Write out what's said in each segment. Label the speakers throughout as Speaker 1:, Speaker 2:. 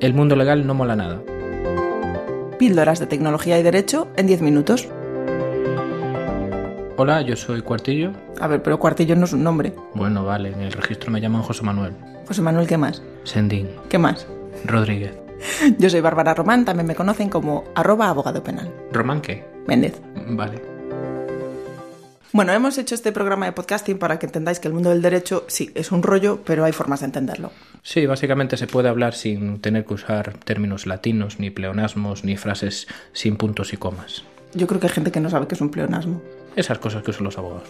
Speaker 1: El mundo legal no mola nada.
Speaker 2: Píldoras de tecnología y derecho en 10 minutos.
Speaker 1: Hola, yo soy Cuartillo.
Speaker 2: A ver, pero Cuartillo no es un nombre.
Speaker 1: Bueno, vale, en el registro me llaman José Manuel.
Speaker 2: José Manuel, ¿qué más?
Speaker 1: Sendín.
Speaker 2: ¿Qué más?
Speaker 1: Rodríguez.
Speaker 2: Yo soy Bárbara Román, también me conocen como arroba abogado penal.
Speaker 1: ¿Román qué?
Speaker 2: Méndez.
Speaker 1: Vale.
Speaker 2: Bueno, hemos hecho este programa de podcasting para que entendáis que el mundo del derecho sí es un rollo, pero hay formas de entenderlo.
Speaker 1: Sí, básicamente se puede hablar sin tener que usar términos latinos, ni pleonasmos, ni frases sin puntos y comas.
Speaker 2: Yo creo que hay gente que no sabe que es un pleonasmo.
Speaker 1: Esas cosas que usan los abogados.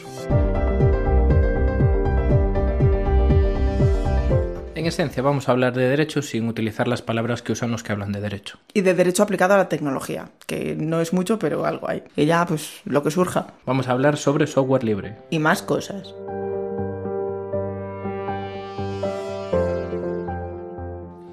Speaker 1: En esencia, vamos a hablar de derecho sin utilizar las palabras que usan los que hablan de derecho.
Speaker 2: Y de derecho aplicado a la tecnología, que no es mucho, pero algo hay. Y ya, pues, lo que surja.
Speaker 1: Vamos a hablar sobre software libre.
Speaker 2: Y más cosas.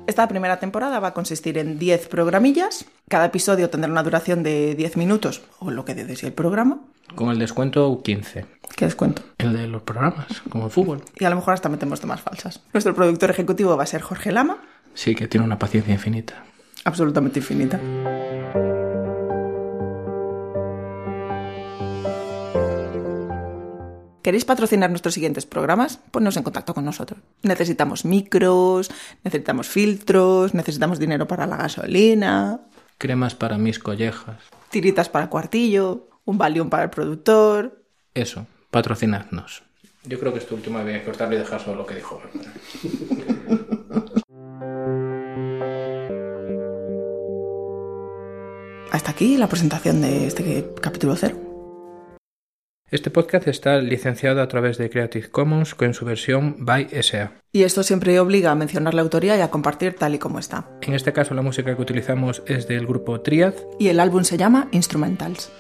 Speaker 2: Esta primera temporada va a consistir en 10 programillas. Cada episodio tendrá una duración de 10 minutos, o lo que dé de sí el programa.
Speaker 1: Con el descuento 15.
Speaker 2: ¿Qué les cuento?
Speaker 1: El de los programas, como el fútbol.
Speaker 2: Y a lo mejor hasta metemos temas falsas. Nuestro productor ejecutivo va a ser Jorge Lama,
Speaker 1: Sí, que tiene una paciencia infinita.
Speaker 2: absolutamente infinita. ¿Queréis patrocinar nuestros siguientes programas? Ponnos en contacto con nosotros. Necesitamos micros, necesitamos filtros, necesitamos dinero para la gasolina,
Speaker 1: Cremas para mis collejas.
Speaker 2: tiritas para el cuartillo, un valium para el productor.
Speaker 1: Eso, patrocinadnos. Yo creo que es tu última vez cortarle y dejar solo lo que dijo.
Speaker 2: Hasta aquí la presentación de este capítulo cero.
Speaker 1: Este podcast está licenciado a través de Creative Commons con su versión by SA.
Speaker 2: Y esto siempre obliga a mencionar la autoría y a compartir tal y como está.
Speaker 1: En este caso la música que utilizamos es del grupo Triad
Speaker 2: Y el álbum se llama Instrumentals.